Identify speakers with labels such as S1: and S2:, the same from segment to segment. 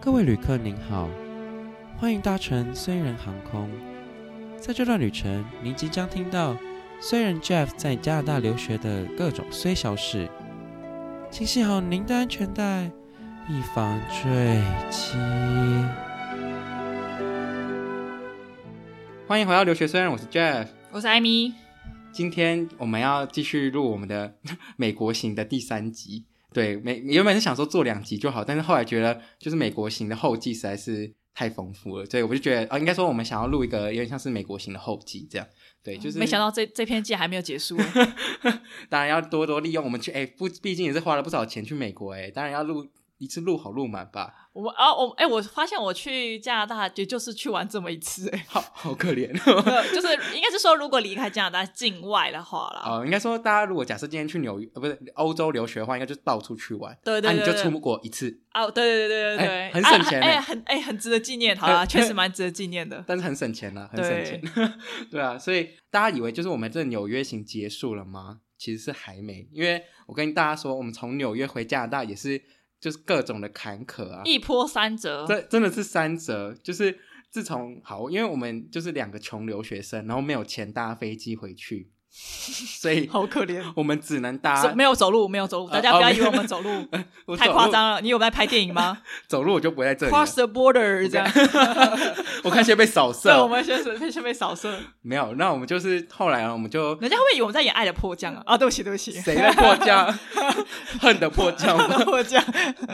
S1: 各位旅客您好，欢迎搭乘虽然航空。在这段旅程，您即将听到虽然 Jeff 在加拿大留学的各种虽小事。请系好您的安全带，以防坠机。
S2: 欢迎回到留学虽然我是 Jeff。
S3: 我是艾米。
S2: 今天我们要继续录我们的 美国行的第三集。对，美原本是想说做两集就好，但是后来觉得就是美国行的后记实在是太丰富了，所以我就觉得啊、应该说我们想要录一个有点像是美国行的后记这样。对，就是
S3: 没想到这这篇竟然还没有 结束，
S2: 当然要多多利用我们去哎，不，毕竟也是花了不少钱去美国哎，当然要录一次录好录满吧，
S3: 我们啊，我哎、我发现我去加拿大也就是去玩这么一次、 哎
S2: 好好可怜。
S3: 就是应该是说如果离开加拿大境外的话啦，
S2: 哦，应该说，大家如果假设今天去纽约，呃，不是欧洲留学的话，应该就是到处去玩，
S3: 对对
S2: 啊，
S3: 对
S2: 你就出国一次，
S3: 啊，对对对对对对，
S2: 哎很省钱
S3: 啊哎、
S2: 哎
S3: 很哎、很值得纪念，好啦，
S2: 很
S3: 确实蛮值得纪念的。
S2: 但是很省钱啦，很省
S3: 对
S2: 钱， 对啊，所以大家以为就是我们这纽约行结束了吗？其实是还没，因为我跟大家说，我们从纽约回加拿大也是就是各种的坎坷啊，
S3: 一波三折，
S2: 这真的是三折，就是自从好，因为我们就是两个穷留学生，然后没有钱搭飞机回去，所以
S3: 好可怜。
S2: 我们只能搭
S3: 是没有走路，没有走路，大家
S2: 啊哦
S3: 不要
S2: 没
S3: 以为我们走路、
S2: 我
S3: 太
S2: 走
S3: 夸
S2: 路，
S3: 张了。你有在拍电影吗
S2: 走路我就不会在这里了
S3: ？Cross。the border 这样，
S2: 我看先被扫射，
S3: 对， 我们先被先被扫射，
S2: 没有，那我们就是后来啊，我们就
S3: 人家会不会以为我们在演《爱的迫降》啊？啊，对不起，对不起，
S2: 谁的迫降， 恨的迫降，
S3: 爱的迫降》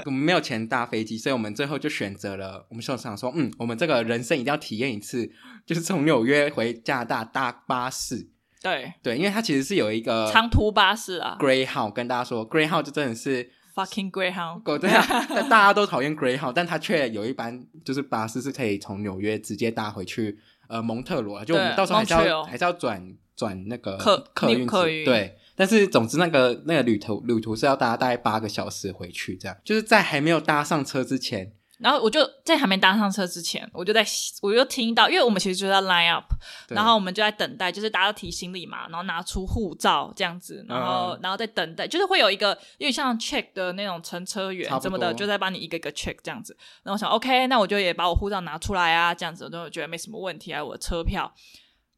S2: 我们没有钱搭飞机，所以我们最后就选择了，我们就想说，嗯，我们这个人生一定要体验一次，就是从纽约回加拿大搭巴士，
S3: 对，
S2: 对，因为它其实是有一个
S3: 长途巴士啊
S2: Greyhound，跟大家说，Greyhound 就真的是。
S3: ，fucking Greyhound，
S2: 狗对啊， 但大家都讨厌 Greyhound，但它却有一班就是巴士是可以从纽约直接搭回去呃蒙特罗啊，就我们
S3: 对
S2: 到时候还是要
S3: Montreal
S2: 还是要转转那个
S3: 客
S2: 客运
S3: 客
S2: 之
S3: 运
S2: 对。但是总之那个那个旅途旅途是要搭大概八个小时回去，这样就是在还没有搭上车之前，
S3: 然后我就在还没搭上车之前，我就在 我就听到，因为我们其实就在 line up，
S2: 对
S3: 然后我们就在等待，就是大家都提行李嘛，然后拿出护照这样子，然后、
S2: 嗯
S3: 然后再等待，就是会有一个有点像 check 的那种乘车员
S2: 差不多
S3: 什么的，就在帮你一个一个 check 这样子。然后我想 OK，那我就也把我护照拿出来啊，这样子我就觉得没什么问题啊，我的车票。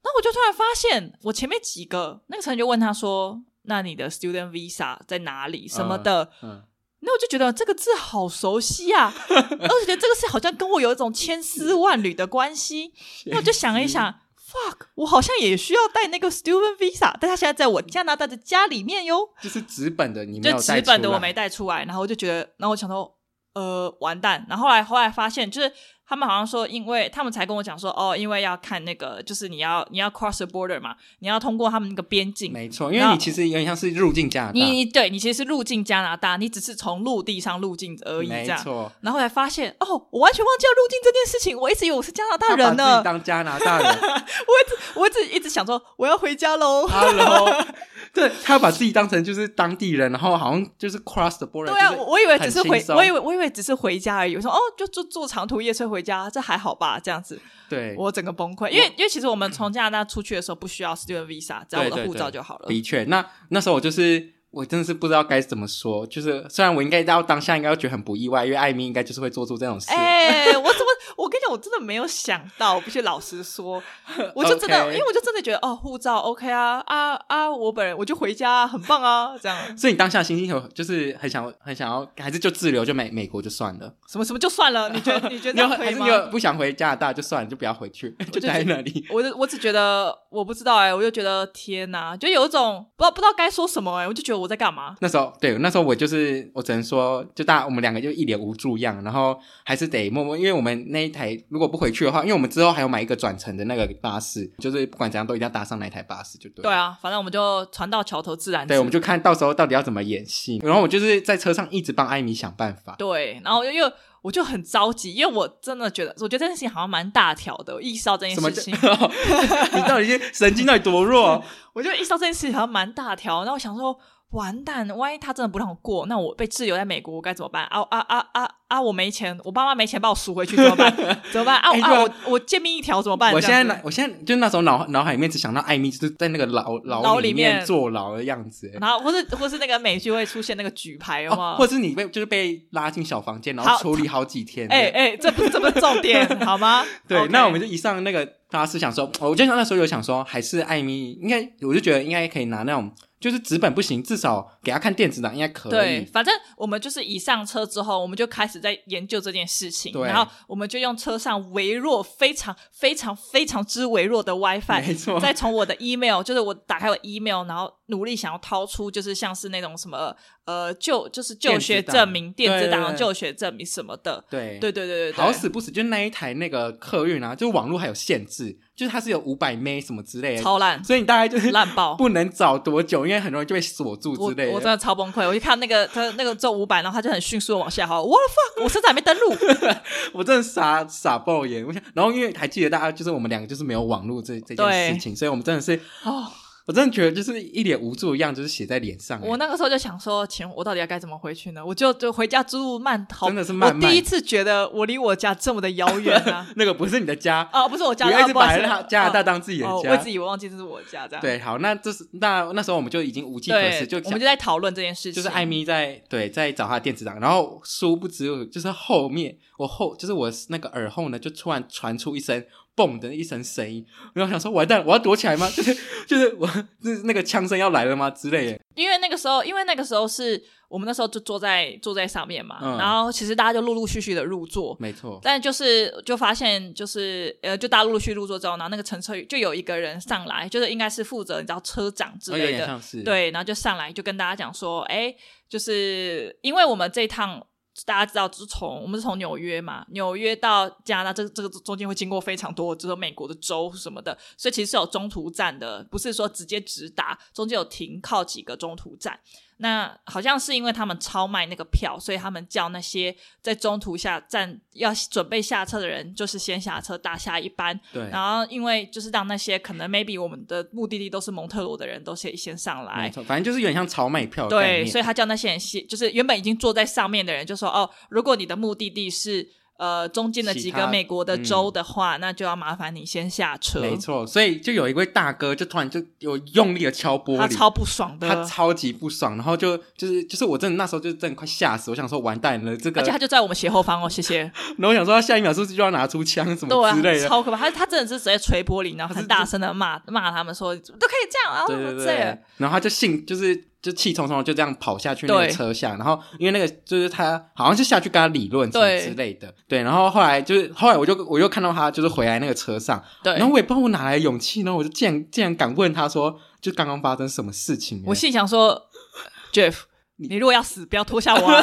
S3: 那我就突然发现，我前面几个那个乘员就问他说：“那你的 student visa 在哪里？什么的？”
S2: 嗯，
S3: 那我就觉得这个字好熟悉啊，而且觉得这个字好像跟我有一种千丝万缕的关系。那我就想一想，fuck，我好像也需要带那个 student visa，但他现在在我加拿大的家里面哟，
S2: 就是纸本的你没有
S3: 就
S2: 带
S3: 纸
S2: 出
S3: 本的
S2: 来
S3: 我没带出来，然后我就觉得，然后我想说，呃，完蛋。然后后来后来发现，就是他们好像说，因为他们才跟我讲说，哦，因为要看那个，就是你要你要 cross the border 嘛，你要通过他们那个边境，
S2: 没错，因
S3: 然
S2: 为
S3: 后
S2: 你其实有点像是入境加拿大，
S3: 你你对你其实是入境加拿大，你只是从陆地上入境而已，这
S2: 没
S3: 样。
S2: 错，
S3: 然后才发现，哦，我完全忘记要入境这件事情。我一直以为我是加拿大
S2: 他把
S3: 人
S2: 自己
S3: 呢，
S2: 当加拿大人，
S3: 我一直一直想说我要回家 喽。
S2: Hello，对他把自己当成就是当地人，然后好像就是 cross the border，
S3: 对啊，
S2: 就是
S3: 我我以为只是
S2: 很
S3: 回
S2: 轻，松
S3: 我以为我以为只是回家而已。我说哦，就坐坐长途夜车回家，这还好吧？这样子，
S2: 对，
S3: 我整个崩溃，因为因为其实我们从加拿大出去的时候不需要 student visa，只要我的护照就好了。
S2: 的确，那那时候我就是我真的是不知道该怎么说，就是虽然我应该到当下应该会觉得很不意外，因为艾米应该就是会做出这种事，
S3: 哎、我怎么？我跟你讲，我真的没有想到，我必须老实说，我就真 的
S2: OK
S3: 因为我就真的觉得，哦，护照 OK 啊啊啊，我本人我就回家啊、很棒啊，这样
S2: 所以你当下心情有就是很想很想要，还是就滞留就美美国就算了，
S3: 什么什么就算了。你觉得你觉
S2: 你
S3: 得这
S2: 有
S3: 样
S2: 还
S3: 可以
S2: 是
S3: 吗
S2: 你？有不想回加拿大就算了，就不要回去， 就
S3: 就
S2: 待在那里。
S3: 我就我只觉得我不知道哎、我就觉得天哪，就有一种不知道不知道该说什么哎、我就觉得我在干嘛？
S2: 那时候，对，那时候我就是，我只能说，就大我们两个就一脸无助样，然后还是得默默，因为我们那一台如果不回去的话，因为我们之后还有买一个转乘的那个巴士，就是不管怎样都一定要搭上那一台巴士，就对。
S3: 对。啊，反正我们就船到桥头自然直。
S2: 对，我们就看到时候到底要怎么演戏。然后我就是在车上一直帮艾米想办法。
S3: 对，然后因为我就很着急，因为我真的觉得，我觉得这件事情好像蛮大条的，我意识到这件
S2: 什么
S3: 事
S2: 叫？
S3: 情，
S2: 你到底是神经到底多弱？
S3: 我就意识到这件事情好像蛮大条，然后我想说。完蛋，万一他真的不让我过，那我被滞留在美国，我该怎么办？啊啊啊啊啊！我没钱，我爸妈没钱把我赎回去怎么 办？怎么办？啊
S2: 哎对
S3: 啊！
S2: 啊
S3: 我我贱命一条怎么办？
S2: 我
S3: 这
S2: 现在
S3: 样子
S2: 脑，我现在就那时候脑脑海里面只想到艾米就是在那个牢
S3: 牢
S2: 牢
S3: 里
S2: 里
S3: 面
S2: 坐牢的样子，
S3: 然后或是或是那个美剧会出现那个举牌有吗
S2: 哦，？或者是你被就是被拉进小房间，然
S3: 好
S2: 后处理好几天。对
S3: 哎哎，这不这不是重点 好吗？
S2: 对
S3: OK
S2: 那我们就一上那个，大家是想说，哦我就想那时候有想说，还是艾米应该，我就觉得应该可以拿那种，就是纸本不行，至少给他看电子档应该可
S3: 对，
S2: 以。
S3: 反正我们就是一上车之后，我们就开始在研究这件事情，
S2: 对
S3: 然后我们就用车上微弱、非常、非常、非常之微弱 的 WiFi，
S2: 没错
S3: 再从我的 email，就是我打开我 email，然后努力想要掏出，就是像是那种什么呃就就是就学
S2: 电子档
S3: 证明、电子档、
S2: 对对对
S3: 就学证明什么的，
S2: 对
S3: 对对对对对，
S2: 好死不死，就那一台那个客运啊，就网络还有限制，就是它是有五百 m 什么之类的，
S3: 超 烂
S2: 所以你大概就是
S3: 烂爆。
S2: 不能找多久，因为很容易就被锁住
S3: 我
S2: 之类
S3: 我真
S2: 的。
S3: 的超崩溃，我就看那个他那个做五百，然后他就很迅速的往下滑，我 fuck，我甚至还没 登录，
S2: 我真的傻傻爆眼，我想，然后因为还记得大家就是我们两个就是没有网络这这件
S3: 对
S2: 事情，所以我们真的是
S3: 哦，
S2: 我真的觉得就是一脸无助的样子，就是写在脸上、欸
S3: 我那个时候就想说，钱我到底要该怎么回去呢？我就就回家之路慢逃，
S2: 真的是慢慢
S3: 我第一次觉得我离我家这么的遥远 啊！
S2: 那个不是你的家，
S3: 啊，不是 我家，
S2: 不要一直
S3: 啊好
S2: 把
S3: 意思
S2: 它加拿大
S3: 啊
S2: 当自己的
S3: 哦，
S2: 家。
S3: 我自己我忘记这是我家这样。
S2: 对，好，那这是那那时候我们就已经无计可施，
S3: 对，
S2: 就
S3: 我
S2: 想
S3: 们就在讨论这件事情，
S2: 就是艾米在对在找她的电子档，然后殊不知就是后面我后就是我那个耳后呢，就突然传出一声嘣的一声声音，然后想说完蛋，我要躲起来吗？ 就是就是我就是那个枪声要来了吗之类的。
S3: 因为那个时候，因为那个时候是我们那时候就坐在坐在上面嘛，
S2: 嗯
S3: 然后其实大家就陆陆续续的入座，
S2: 没错，
S3: 但就是就发现就是呃，就大家陆陆续续入座之后，然后那个乘车就有一个人上来，就是应该是负责你知道车长之
S2: 哦有
S3: 类
S2: 点
S3: 的，
S2: 像是，
S3: 对，然后就上来就跟大家讲说，哎，就是因为我们这一趟。大家知道，就是从我们是从纽约嘛，纽约到加拿大，这个这个中间会经过非常多，就是美国的州什么的，所以其实是有中途站的，不是说直接直达，中间有停靠几个中途站。那好像是因为他们超卖那个票，所以他们叫那些在中途下站要准备下车的人，就是先下车搭下一班，
S2: 对，
S3: 然后因为就是让那些可能 maybe 我们的目的地都是蒙特罗的人都先先上
S2: 没
S3: 来。
S2: 错，反正就是有点像炒买票的概
S3: 对，
S2: 念，
S3: 所以他叫那些人先，就是原本已经坐在上面的人，就说哦，如果你的目的地是呃中间的几
S2: 其
S3: 个
S2: 他嗯
S3: 美国的州的话，那就要麻烦你先下车。
S2: 没，错，所以就有一位大哥就突然就有用力的敲玻璃，
S3: 他超不爽的，
S2: 他超级不爽，然后就就是就是我真的那时候就真的快吓死，我想说完蛋了这个
S3: 而且，他就在我们斜后方哦，谢谢。
S2: 然后我想说他下一秒是不是就要拿出枪什
S3: 对
S2: 么
S3: 啊
S2: 之类，的，
S3: 超可怕。他他真的是直接捶玻璃，然后很大声的骂骂他们说都可以这样啊，
S2: 对
S3: 什么
S2: 对
S3: 之
S2: 对
S3: 类的，，
S2: 然后他就兴就是就气冲冲地就这样跑下去那
S3: 对
S2: 个车下，然后因为那个就是他好像是下去跟他理论什么
S3: 对
S2: 之类的，对，然后后来就是后来我就我又看到他就是回来那个车上，
S3: 对。
S2: 然后我也不知道我哪来的勇气，然后我就竟然竟然敢问他说就刚刚发生什么事情，啊
S3: 我心里想说，Jeff，你如果要死，不要拖下我、啊，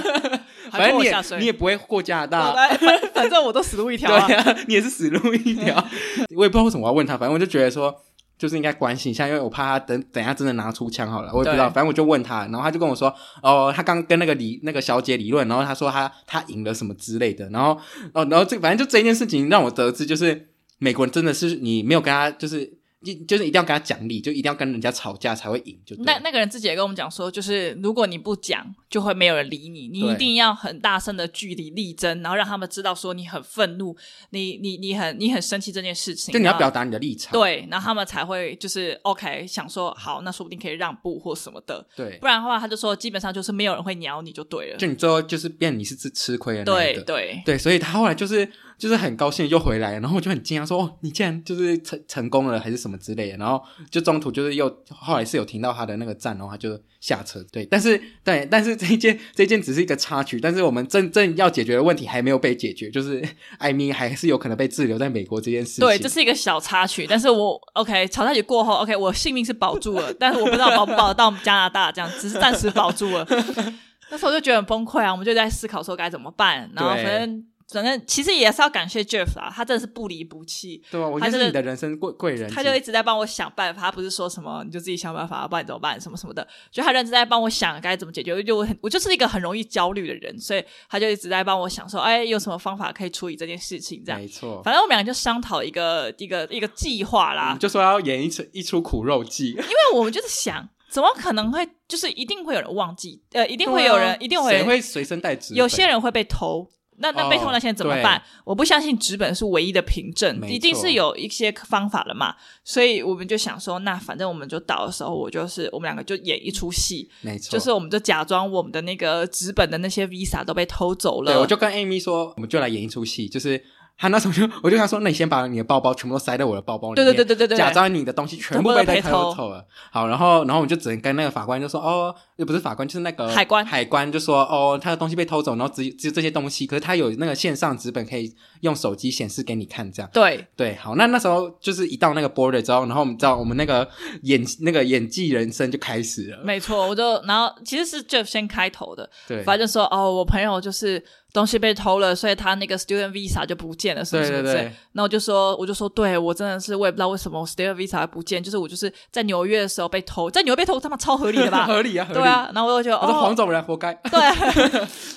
S3: 还
S2: 反
S3: 拖
S2: 正
S3: 我
S2: 你
S3: 下
S2: 也
S3: 水。
S2: 你也不会过加拿大
S3: 我，来反 反正我都死路一条啊
S2: 啊对。啊， 你也是死路一条。 我也不知道为什么我要问他，反正我就觉得说，就是应该关心一下，因为我怕他等等一下真的拿出枪好了，我也不知道。
S3: 对
S2: 反正我就问他，然后他就跟我说，哦，他刚跟那个理那个小姐理论，然后他说哦他他赢了什么之类的，然后哦，然后这反正就这件事情让我得知，就是美国人真的是你没有跟他就是。一就是一定要跟他讲理，就一定要跟人家吵架才会赢，就对
S3: 那那个人自己也跟我们讲说，就是如果你不讲，就会没有人理你。你一
S2: 对
S3: 定要很大声的据理力争，然后让他们知道说你很愤怒，你你你很你很生气这件事情。
S2: 就你要
S3: 然后
S2: 表达你的立场。
S3: 对，然后他们才会就是 OK，想说好，那说不定可以让步或什么的。
S2: 对
S3: 不，然的话，他就说基本上就是没有人会鸟你就对了。
S2: 就你最后就是变你是吃吃亏的那一
S3: 对
S2: 个。
S3: 对，
S2: 对，所以他后来就是就是很高兴地又回来了，然后我就很惊讶说：“哦，你竟然就是成成功了，还是什么之类的。”然后就中途就是又后来是有停到他的那个站，然后他就下车。对，但是对，但是这一件这一件只是一个插曲，但是我们真正要解决的问题还没有被解决，就是 艾米还是有可能被滞留在美国这件事情。
S3: 对，这是一个小插曲，但是我 OK，小插曲过后，OK，我性命是保住了，但是我不知道保不保得到加拿大，这样只是暂时保住了。 那时候就觉得很崩溃啊，我们就在思考说该怎么办，然后反
S2: 对
S3: 正反正其实也是要感谢 Jeff 啦，他真的是不离不弃。
S2: 对啊，我
S3: 他
S2: 觉得
S3: 这
S2: 是你的
S3: 个
S2: 人生贵贵人，
S3: 他就一直在帮我想办法，他不是说什么你就自己想办法，不然你怎么办什么什么的，就他认真在帮我想该怎么解决。就我很我就是一个很容易焦虑的人，所以他就一直在帮我想说，哎，有什么方法可以处理这件事情？这样，
S2: 没错。嗯
S3: 反正我们俩就商讨一个一个一个计划
S2: 我
S3: 啦
S2: 们，就说要演一出一出苦肉计，
S3: 因为我们就是想，怎么可能会就是一定会有人忘记？呃，一定会有人，
S2: 对啊
S3: 一定会
S2: 谁
S3: 有人
S2: 会随身带纸本？
S3: 有些人会被偷。那那被偷
S2: 哦
S3: 那些人怎么
S2: 对
S3: 办？我不相信纸本是唯一的凭证，
S2: 没
S3: 一定
S2: 错
S3: 是有一些方法了嘛。所以我们就想说，那反正我们就倒的时候，我就是我们两个就演一出戏，
S2: 没错，
S3: 就是我们就假装我们的那个纸本的那些 Visa 都被偷走了。
S2: 对，我就跟 Amy 说，我们就来演一出戏，就是他那时候就， 我就跟他说，那你先把你的包包全部都塞到我的包包里
S3: 对
S2: 面，
S3: 对对对对对，
S2: 假装你的东西全部被他偷走了。好，然后然后我们就只能跟那个法官就说，哦，也不是法官，就是那个
S3: 海关
S2: 海关就说，哦，他的东西被偷走，然后只只有这些东西，可是他有那个线上纸本可以用手机显示给你看，这样。
S3: 对
S2: 对，好，那那时候就是一到那个 border 之后，然后我们知道我们那个演那个演技人生就开始了，
S3: 没错，我就然后其实是 Jeff 先开头的，
S2: 对，
S3: 反正就说哦，我朋友就是东西被偷了，所以他那个 student visa 就不见了，什么
S2: 对
S3: 什么
S2: 对
S3: 之类的
S2: 对。，
S3: 那我就说，我就说，对我真的是我也不知道为什么我 student visa 不见，就是我就是在纽约的时候被偷，在纽约被偷他妈超合理的吧？
S2: 合理啊，合理
S3: 对，啊，然后我就觉得
S2: 我说
S3: 哦
S2: 黄，种人活该，
S3: 对，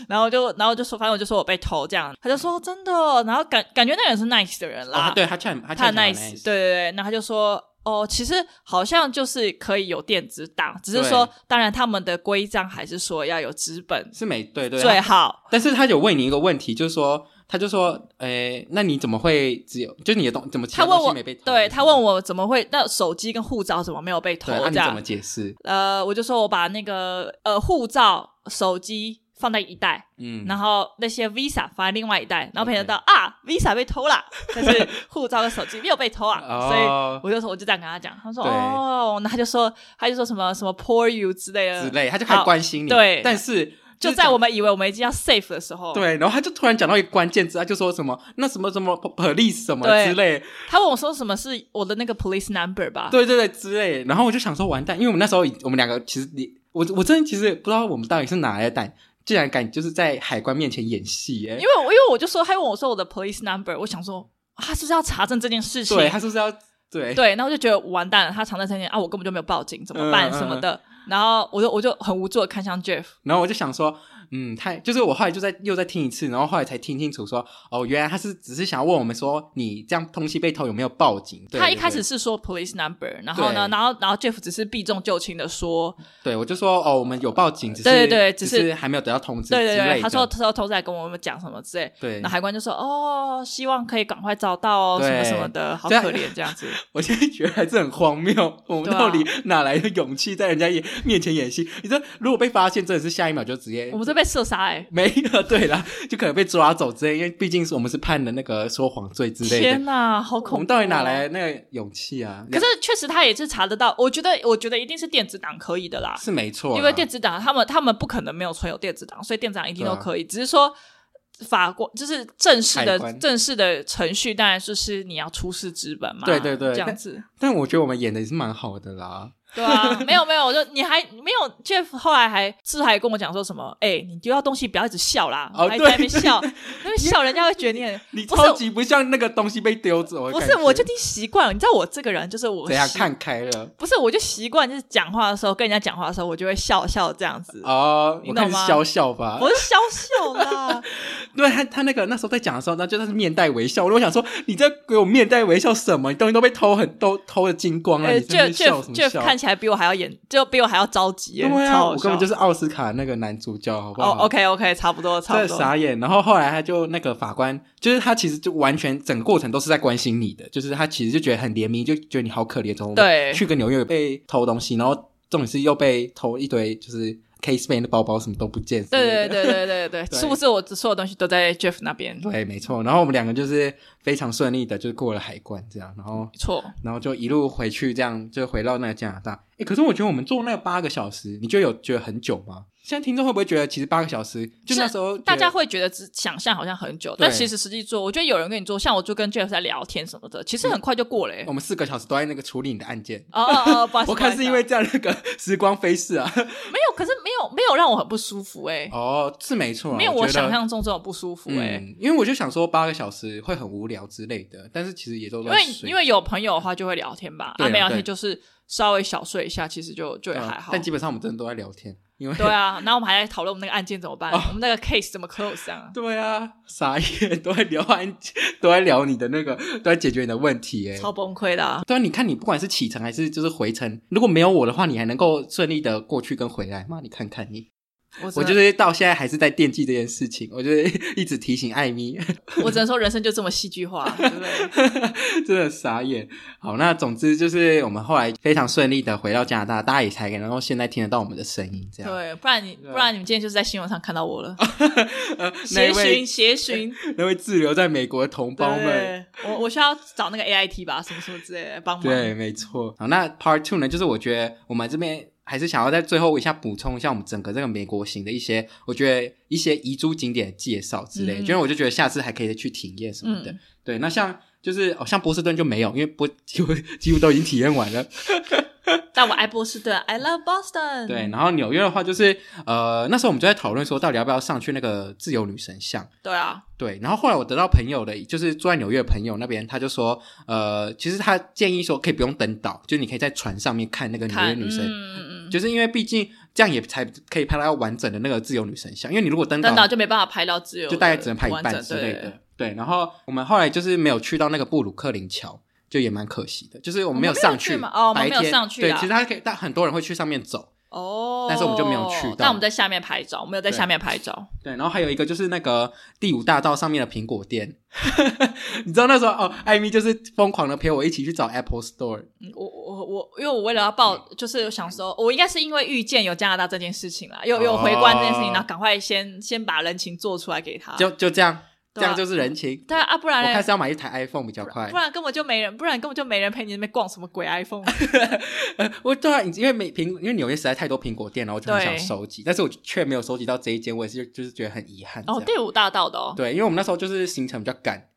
S3: 然后就然后就说，反正我就说我被偷这样，他就说真的，哦然后感感觉那个人是 nice 的人
S2: 哦
S3: 啦，
S2: 他对他欠他
S3: 他
S2: 欠
S3: 很 nice，对对对，那他就说。哦，其实好像就是可以有电子档，只是说
S2: 对，
S3: 当然他们的规章还是说要有纸本
S2: 是美对对
S3: 最
S2: 对，
S3: 好。
S2: 但是他有问你一个问题，就是说，他就说，诶，那你怎么会只有就你的东怎么其
S3: 他
S2: 他
S3: 问
S2: 东西
S3: 我
S2: 没被偷，
S3: 对他问我怎么会那手机跟护照怎么没有被偷
S2: 对，那、
S3: 这
S2: 你怎
S3: 样
S2: 么？解释？
S3: 呃，我就说我把那个呃护照、手机放在一袋，
S2: 嗯，
S3: 然后 那些 Visa 放在另外一袋，然后朋友
S2: OK
S3: 到啊 Visa 被偷啦，但是护照跟手机没有被偷啊，所以
S2: 哦
S3: 我就说我就这样跟他讲，他说
S2: 对
S3: 哦，那他就说他就说什么什么 poor you 之类的，
S2: 之类，他就开始
S3: 好
S2: 关心你，
S3: 对
S2: 但是
S3: 就是在
S2: 讲
S3: 我。们以为我们已经要 safe 的时候，
S2: 对，然后他就突然讲到一个关键字，他就说什么那什么什么 police 什么
S3: 对
S2: 之类，
S3: 他问我说什么是我的那个 police number 吧，
S2: 对对对之类。然后我就想说完蛋，因为我们那时候已我们两个其实你我我真的其实不知道我们到底是哪来的胆，竟然敢就是在海关面前演戏哎
S3: 因，为我因为我就说他问我说我的 police number，我想说啊他是不是要查证这件事情？
S2: 对他是不是要对
S3: 对，然后我就觉得完蛋了，他藏在身边啊，我根本就没有报警，怎么办
S2: 嗯嗯
S3: 什么的。然后我就我就很无助的看向 Jeff，
S2: 然后我就想说，嗯，他就是我后来就在又再听一次，然后后来才听清楚说，哦，原来他是只是想要问我们说，你这样东西被偷有没有报警？对
S3: 他一开
S2: 对
S3: 始是说 police number，然后呢，
S2: 对
S3: 然后然后 Jeff 只是避重就轻的说，
S2: 对对我就说，哦，我们有报警，只是
S3: 对对对
S2: 只
S3: 只是
S2: 还没有得到通知之
S3: 对
S2: 类
S3: 对
S2: 的。
S3: 对，他说他说偷仔跟我们讲什么之类，
S2: 对
S3: 那，海关就说哦，希望可以赶快找到哦，什么
S2: 对
S3: 什么的，好
S2: 这样
S3: 可怜这 样子。
S2: 我现在觉得还是很荒谬，我们
S3: 对啊
S2: 到底哪来的勇气在人家演面前演戏？你这如果被发现，真的是下一秒就直接
S3: 我们这被射杀哎、
S2: 没了。对啦，就可能被抓走之类，因为毕竟是我们是判的那个说谎罪之类的
S3: 天。哪，好
S2: 我
S3: 恐怖、哦
S2: 们到底哪来？的那个勇气啊？
S3: 可是确实他也是查得到，我觉得我觉得一定是电子档可以的啦，
S2: 是没错啦，啊
S3: 因为电子档他们他们不可能没有存有电子档，所以电子档一定都
S2: 对啊
S3: 可以，只是说。法官就是正式
S2: 海
S3: 的
S2: 关
S3: 正式的程序，当然就是你要出示纸本嘛。
S2: 对对对
S3: 这 样子。
S2: 但我觉得我们演的也是蛮好的啦。
S3: 对啊，没有没有，我就你还没有 Jeff 后来还是还跟我讲说什么？哎、你丢到东西不要一直笑啦，
S2: 哦
S3: 还
S2: 对
S3: 在那边笑，那边笑人家会觉得 你很
S2: 你
S3: 不是
S2: 超级不像那个东西被丢走的
S3: 不
S2: 感觉，
S3: 是，我就听习惯了。你知道我这个人就是我
S2: 怎样
S3: 习
S2: 看开了
S3: 不是，我就习惯就是讲话的时候跟人家讲话的时候，我就会笑笑这样子，
S2: 哦，
S3: 你
S2: 我
S3: 懂
S2: 看是
S3: 吗
S2: 笑笑吧
S3: 我。是笑笑啦。
S2: 对他，他那个那时候在讲的时候，那就他是面带微笑。我想说，你在给我面带微笑什么？你东西都被偷很都偷的精光了，啊
S3: 呃
S2: 你真
S3: ，Jeff
S2: 的是笑
S3: Jeff
S2: 什么
S3: Jeff
S2: 笑？
S3: 看起来比我还要演，就比我还要着急耶，
S2: 对
S3: 超
S2: 啊，
S3: 好
S2: 我根本就是是奥斯卡那个男主角，好不
S3: 哦
S2: 好、
S3: ，OK OK，差不多差
S2: 真
S3: 不
S2: 的
S3: 多。
S2: 傻眼。然后后来他就那个法官，就是他其实就完全整个过程都是在关心你的，就是他其实就觉得很怜悯，就觉得你好可怜，从
S3: 对
S2: 去个纽约被偷东西，然后重点是又被偷一堆就是 case man 的包包，什么都不见之类的。
S3: 对对对对对对对，
S2: 对
S3: 是不是我所有东西都在 Jeff 那边？没
S2: 对，没错。然后我们两个就是非常顺利的，就是过了海关这样，然后
S3: 错。
S2: 然后就一路回去，这样就回到那个加拿大。哎，可是我觉得我们坐那八个小时，你就有觉得很久吗？现在听众会不会觉得其实八个小时就是那时候
S3: 大家
S2: 会
S3: 会觉得只想象好像很久，
S2: 对
S3: 但其实实际做，我觉得有人跟你做，像我就跟 Jeff 在聊天什么的，其实
S2: 嗯
S3: 很快就过了耶、
S2: 我们四个小时都在那个处理你的案件。
S3: 哦哦哦，不 好意
S2: 哦
S3: 思，
S2: 我看是因为
S3: 不好
S2: 这样那个时光飞逝啊。
S3: 意思没有，可是没有没有让我很不舒服哎、
S2: 哦，是没错啊，
S3: 没有我
S2: 觉得
S3: 想象中这种不舒服哎、
S2: 嗯，因为我就想说八个小时会很无聊之类的，但是其实也都
S3: 因
S2: 在
S3: 为
S2: 睡
S3: 因为有朋友的话就会聊天吧，
S2: 对啊
S3: 没聊天
S2: 对
S3: 就是稍微小睡一下，其实就就也
S2: 对啊
S3: 还好。
S2: 但基本上我们真的都在聊天，因为
S3: 对 啊，然后我们还在讨论我们那个案件怎么办，
S2: 哦
S3: 我们那个 case 怎么 close 这样啊，
S2: 对啊，傻眼，都在聊完， 都在聊你的那个，都在解决你的问题，哎，
S3: 超崩溃的、啊。
S2: 对啊，你看你不管是启程还是就是回程，如果没有我的话，你还能够顺利的过去跟回来吗？你看看你，
S3: 我
S2: 我
S3: 真
S2: 就
S3: 的
S2: 是到现在还是在惦记这件事情，我就是一直提醒艾米，
S3: 我只能说人生就这么戏 剧化，对不对？
S2: 真的傻眼。好，那总之就是我们后来非常顺利的回到加拿大，大家也才能够现在听得到我们的声音，这样。
S3: 对，不然你
S2: 对啊
S3: 不然你们今天就是在新闻上看到我了，
S2: 呃，那
S3: 协
S2: 一位
S3: 寻 协寻，
S2: 那位滞留在美国的同胞们。
S3: 对，我我需要找那个 AIT 吧，什么什么之类的帮忙。
S2: 对，没错。好，那 Part Two 呢，就是我觉得我们这边还是想要在最后一下补充一下我们整个这个美国行的一些，我觉得一些遗珠景点的介绍之类的，
S3: 嗯
S2: 因为我就觉得下次还可以再去体验什么的。
S3: 嗯
S2: 对，那像就是哦，像波士顿就没有，因为波 几乎几乎都已经体验完了。
S3: 但我爱波士顿，I love Boston。
S2: 对，然后纽约的话，就是呃那时候我们就在讨论说，到底要不要上去那个自由女神像。
S3: 对啊，
S2: 对，然后后来我得到朋友的，就是住在纽约的朋友那边，他就说，呃，其实他建议说可以不用登岛，就你可以在船上面看那个纽约
S3: 看
S2: 女神，
S3: 嗯嗯嗯，
S2: 就是因为毕竟这样也才可以拍到完整的那个自由女神像，因为你如果登岛
S3: 登岛就没办法拍到自由
S2: 哦
S3: 的
S2: 就
S3: 完
S2: 大概
S3: 整，
S2: 只能拍一半之类
S3: 对
S2: 的。对，然后我们后来就是没有去到那个布鲁克林桥，就也蛮可惜的，就是我们没有上去
S3: 我们没有去嘛哦我们
S2: 白
S3: 没有
S2: 天
S3: 上去
S2: 对，
S3: 啦
S2: 其实它可以，但很多人会去上面走。
S3: 哦，
S2: 但是我们就没有去到
S3: 但我们在下面拍照，我们有在
S2: 对
S3: 下面拍照。
S2: 对，然后还有一个就是那个第五大道上面的苹果店， 你知道那时候哦，艾米就是疯狂的陪我一起去找 Apple Store，
S3: 嗯我我我，因为我为了要报，
S2: 嗯
S3: 就是想说，我应该是因为遇见有加拿大这件事情啦，有有回关这件事情，
S2: 哦
S3: 然后赶快先先把人情做出来给他。
S2: 就就这样，这
S3: 对啊
S2: 样就是人情。
S3: 对啊，不
S2: 我
S3: 然嘞
S2: 开始要买一台 iPhone 比较快
S3: 不，然根本就没人，不然根本就没人陪你那边逛什么鬼 iPhone。哦
S2: 我对啊，因为美苹，因为纽约实在太多苹果店了，我就很
S3: 对
S2: 想收集，但是我却没有收集到这一间，我也是就是觉得很遗憾。这
S3: 哦，
S2: 样
S3: 第五大道的哦，
S2: 对，因为我们那时候就是行程比较赶，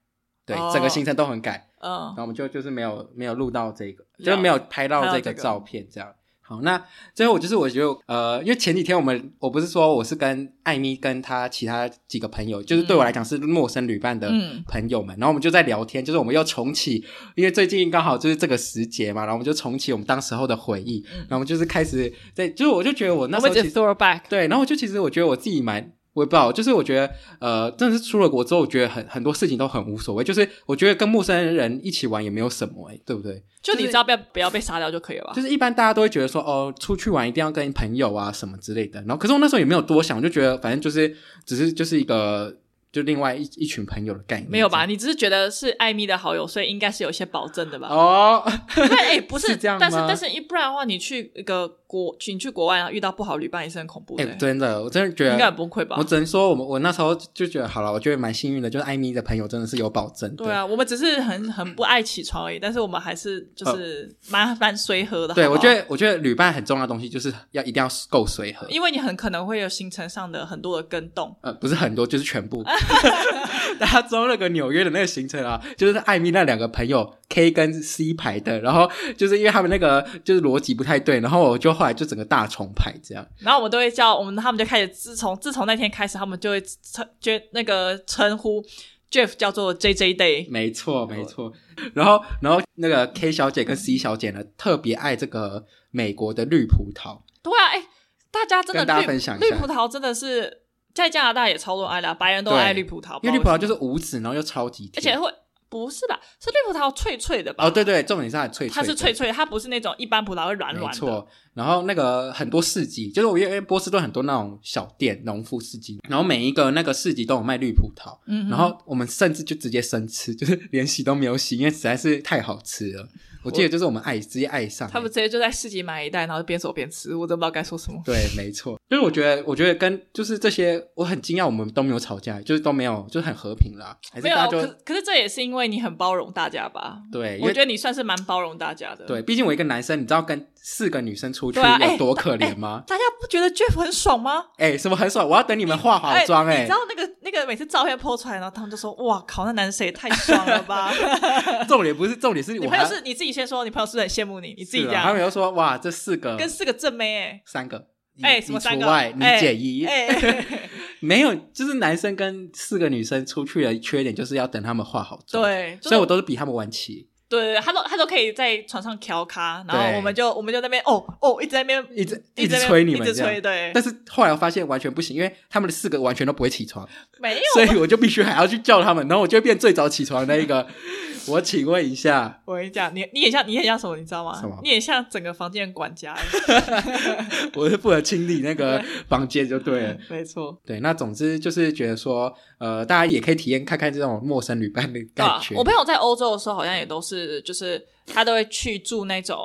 S2: 对，
S3: 哦
S2: 整个行程都很赶，
S3: 嗯
S2: 然，后我们就就是没有没有录到这个，
S3: 了
S2: 就是没有拍到这
S3: 拍到
S2: 个
S3: 这个
S2: 照片这样。好，那最后我就是我觉得，呃，因为前几天我们我不是说我是跟艾米跟她其他几个朋友，就是对我来讲是陌生旅伴的
S3: 嗯
S2: 朋友们，然后我们就在聊天，就是我们又重启，因为最近刚好就是这个时节嘛，然后我们就重启我们当时候的回忆，然后我们就是开始在，就是我就觉得我那
S3: 嗯我
S2: 时
S3: 们
S2: 候
S3: 只
S2: 其实
S3: throwback。
S2: 对，然后就其实我觉得我自己蛮，我也不知道，就是我觉得呃，真的是出了国之后，我觉得很很多事情都很无所谓，就是我觉得跟陌生人一起玩也没有什么、欸，对不对？
S3: 就
S2: 就是
S3: 你只要不要不要被杀掉就可以了吧？
S2: 就是一般大家都会觉得说，哦，出去玩一定要跟朋友啊什么之类的，然后可是我那时候也没有多想，我就觉得反正就是只是就是一个就另外一一群朋友的概念，
S3: 没有
S2: 这
S3: 吧？
S2: 样？
S3: 你只是觉得是艾米的好友，所以应该是有一些保证的吧？
S2: 哦，
S3: 但哎， 不
S2: 是这样
S3: 但是
S2: 吗
S3: 但是，一不然的话，你去一个国，你去国外啊然后遇到不好旅伴也是很恐怖的
S2: 哎、
S3: 欸，
S2: 真的，我真的觉
S3: 应该很
S2: 得。
S3: 崩溃吧
S2: 我？只能说，我们我那时候就觉得好了，我觉得蛮幸运的，就是艾米的朋友真的是有保证的。
S3: 对啊，我们只是很很不爱起床而已，但是我们还是就是蛮蛮随和的。
S2: 呃对，
S3: 好不
S2: 我
S3: 好
S2: 觉得我觉得旅伴很重要的东西就是要一定要够随和，
S3: 因为你很可能会有行程上的很多的跟动，
S2: 呃，不是很多，就是全 部。 大家知道那个纽约的那个行程啊，就是艾米那两个朋友 K 跟 C 排的，然后就是因为他们那个就是逻辑不太对，然后我就后来就整个大重排这样。
S3: 然后我们都会叫我们，他们就开始自从自从那天开始，他们就会称就那个称呼 Jeff 叫做 J J Day，
S2: 没错，没错。然后然后那个 K 小姐跟 C 小姐呢，特别爱这个美国的绿葡萄。
S3: 对啊，哎、大家真的
S2: 跟大家
S3: 绿
S2: 分享一下
S3: 绿葡萄真的是在加拿大也超多人爱的啊、白人都
S2: 对
S3: 爱绿葡萄，，
S2: 因为绿葡萄就是是无籽，然后又超级
S3: 而
S2: 甜。
S3: 且会不是吧？是绿葡萄脆脆的吧？
S2: 哦，对对，重点是它的脆脆的，
S3: 它是脆脆，它不是那种一般葡萄会软软
S2: 没
S3: 的。
S2: 错，然后那个很多市集，就是我因为因为波士顿很多那种小店，农夫市集，然后每一个那个市集都有卖绿葡萄，
S3: 嗯哼
S2: 然后我们甚至就直接生吃，就是连洗都没有洗，因为实在是太好吃了。我记得就是我们爱直接爱上、欸
S3: 他们直接就在市集买一袋，然后边走边吃，我真不知道该说什么。
S2: 对，没错，就是我觉得，我觉得跟就是这些，我很惊讶，我们都没有吵架，就是都没有，就是很和平啦，还是
S3: 没有
S2: 大家
S3: 啊，
S2: 就
S3: 可可是这也是因为你很包容大家吧？
S2: 对，因
S3: 我
S2: 为
S3: 觉得你算是蛮包容大家的。
S2: 对，，毕竟我一个男生，你知道跟四个女生出去
S3: 对啊
S2: 有
S3: 哎
S2: 多可怜吗？
S3: 大家不觉得 Jeff 很爽吗？
S2: 哎、什么很爽，我要等你们化好妆、
S3: 哎
S2: 哎、
S3: 你知道那个那个每次照片 PO 出来，然后他们就说：“哇靠，那男生也太爽了 吧！”
S2: 重点不是重点是
S3: 你
S2: 我
S3: 朋友
S2: 还
S3: 是你自己先说，你朋友是不是很羡慕你，你自己
S2: 是
S3: 这
S2: 啊他
S3: 样
S2: 们又说哇，这四个
S3: 跟四个正妹哎、
S2: 三个，你
S3: 哎
S2: 你
S3: 什么三
S2: 除
S3: 个
S2: 外，你
S3: 哎
S2: 减一，
S3: 哎、
S2: 没有，就是男生跟四个女生出去的缺点就是要等他们化好妆，
S3: 对，就是
S2: 所以我都是比他们晚起。
S3: 对对对，他都他都可以在船上调咖，然后
S2: 对
S3: 我们就我们就在那边哦哦，一直在那边
S2: 一直
S3: 一
S2: 一直
S3: 在那边
S2: 催你们
S3: 一直
S2: 这样
S3: 催，对，
S2: 但是后来我发现完全不行，因为他们的四个完全都不会起 床，
S3: 没有
S2: 所以我就必须还要去叫他们，然后我就会变最早起床的那一个。 我请问一下，
S3: 我跟你讲，你你很像，你很像什么，你知道吗？
S2: 什么
S3: 你很像整个房间的管家。
S2: 我是负责清理那个房间就对了。
S3: 没错。
S2: 对，那总之就是觉得说，呃，大家也可以体验看看这种陌生旅伴的
S3: 对
S2: 感
S3: 啊
S2: 觉。，
S3: 我朋友在欧洲的时候，好像也都是，就是他都会去住那种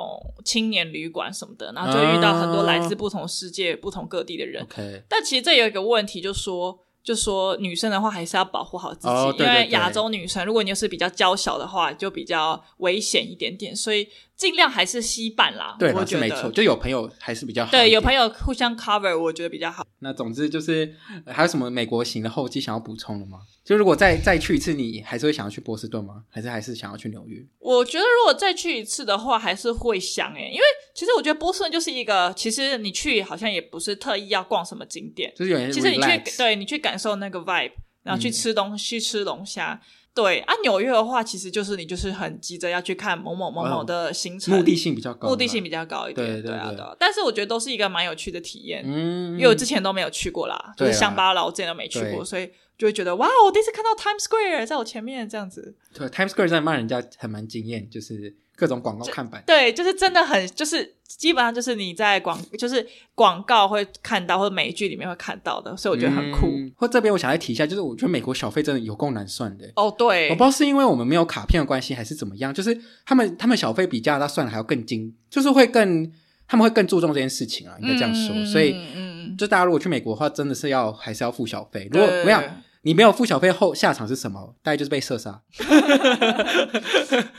S3: 青年旅馆什么的，然后就会遇到很多来自不同世界、不同各地的人。
S2: OK，
S3: 但其实这有一个问题，就说就说女生的话还是要保护好自己，
S2: 哦对对
S3: 因为亚洲女生，如果你又是比较娇小的话，就比较危险一点点，所以尽量还是吸伴啦。
S2: 对
S3: 我
S2: 啦，
S3: 觉
S2: 是
S3: 得
S2: 没错，。就有朋友还是比较好一点。
S3: 对，有朋友互相 cover，我觉得比较好。
S2: 那总之就是、呃还有什么美国行的后记想要补充的吗？就如果再再去一次，你还是会想要去波士顿吗？还是还是想要去纽约？
S3: 我觉得如果再去一次的话，还是会想欸诶，因为其实我觉得波士顿就是一个，其实你去好像也不是特意要逛什么景点，
S2: 就是有人
S3: 其实你去
S2: relax
S3: 对你去感受那个 vibe，然后去
S2: 嗯
S3: 吃东西、吃龙虾。对啊，纽约的话，其实就是你就是很急着要去看某某某某的行程，
S2: 哦目的性比较高啦，
S3: 目的性比较高一点，
S2: 对对
S3: 啊
S2: 对
S3: 对啊。但是我觉得都是一个蛮有趣的体验，
S2: 嗯，
S3: 因为我之前都没有去过啦，就
S2: 对啊
S3: 是乡巴佬我之前都没去
S2: 对
S3: 过，所以就会觉得哇，我第一次看到 Times Square 在我前面这样子，
S2: 对 Times Square 在骂人家还蛮惊艳，就是各种广告看板。
S3: 对，就是真的很，就是基本上就是你在广，就是广告会看到或者美剧里面会看到的，所以我觉得很酷。
S2: 嗯或这边我想再提一下，就是我觉得美国小费真的有够难算的。
S3: 哦，对，
S2: 我不知道是因为我们没有卡片的关系，还是怎么样，就是他们他们小费比加拿大算的还要更精，就是会更他们会更注重这件事情啊，应该这样说。
S3: 嗯
S2: 所以
S3: 嗯嗯，
S2: 就大家如果去美国的话，真的是要还是要付小费。如果
S3: 对
S2: 我想你没有付小费后下场是什么？大概就是被射杀，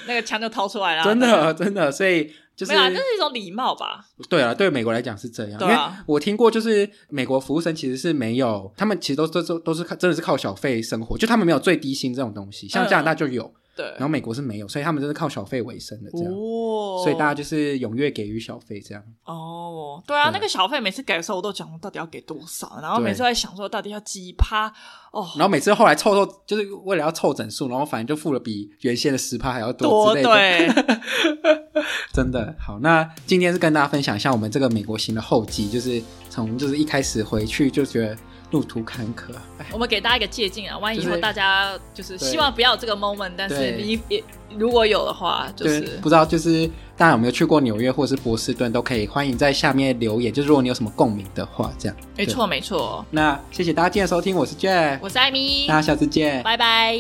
S3: 那个枪就掏出来了，
S2: 真
S3: 对
S2: 的真的。所以就是
S3: 没有啊，这是一种礼貌吧？
S2: 对啊，对美国来讲是这样，
S3: 对啊
S2: 因为我听过，就是美国服务生其实是没有，他们其实都都都都是靠真的是靠小费生活，就他们没有最低薪这种东西，像加
S3: 嗯
S2: 拿大就有，
S3: 对，
S2: 然后美国是没有，所以他们真的靠小费为生的这样，
S3: 哦，
S2: 所以大家就是踊跃给予小费这样。
S3: 哦，对啊，
S2: 对
S3: 那个小费每次给的时候，我都讲我到底要给多少，然后
S2: 对
S3: 每次在想说到底要几趴哦，
S2: 然后每次后来凑凑，就是为了要凑整数，然后反正就付了比原先的十趴还要
S3: 多
S2: 之类的，
S3: 对，
S2: 真的好。那今天是跟大家分享一下我们这个美国行的后记，就是从就是一开始回去就觉得路途坎坷，哎
S3: 我们给大家一个借鉴啊，万一以
S2: 就是
S3: 后大家就是
S2: 对
S3: 希望不要有这个 moment，但是
S2: 对
S3: 你也如果有的话，就
S2: 对，
S3: 是
S2: 不知道就是大家有没有去过纽约或是波士顿，都可以欢迎在下面留言，就是如果你有什么共鸣的话，这样。
S3: 没错没错
S2: 对。。那谢谢大家今天的收听，我是 Jeff，
S3: 我是艾米
S2: 大，家下次见，
S3: 拜拜。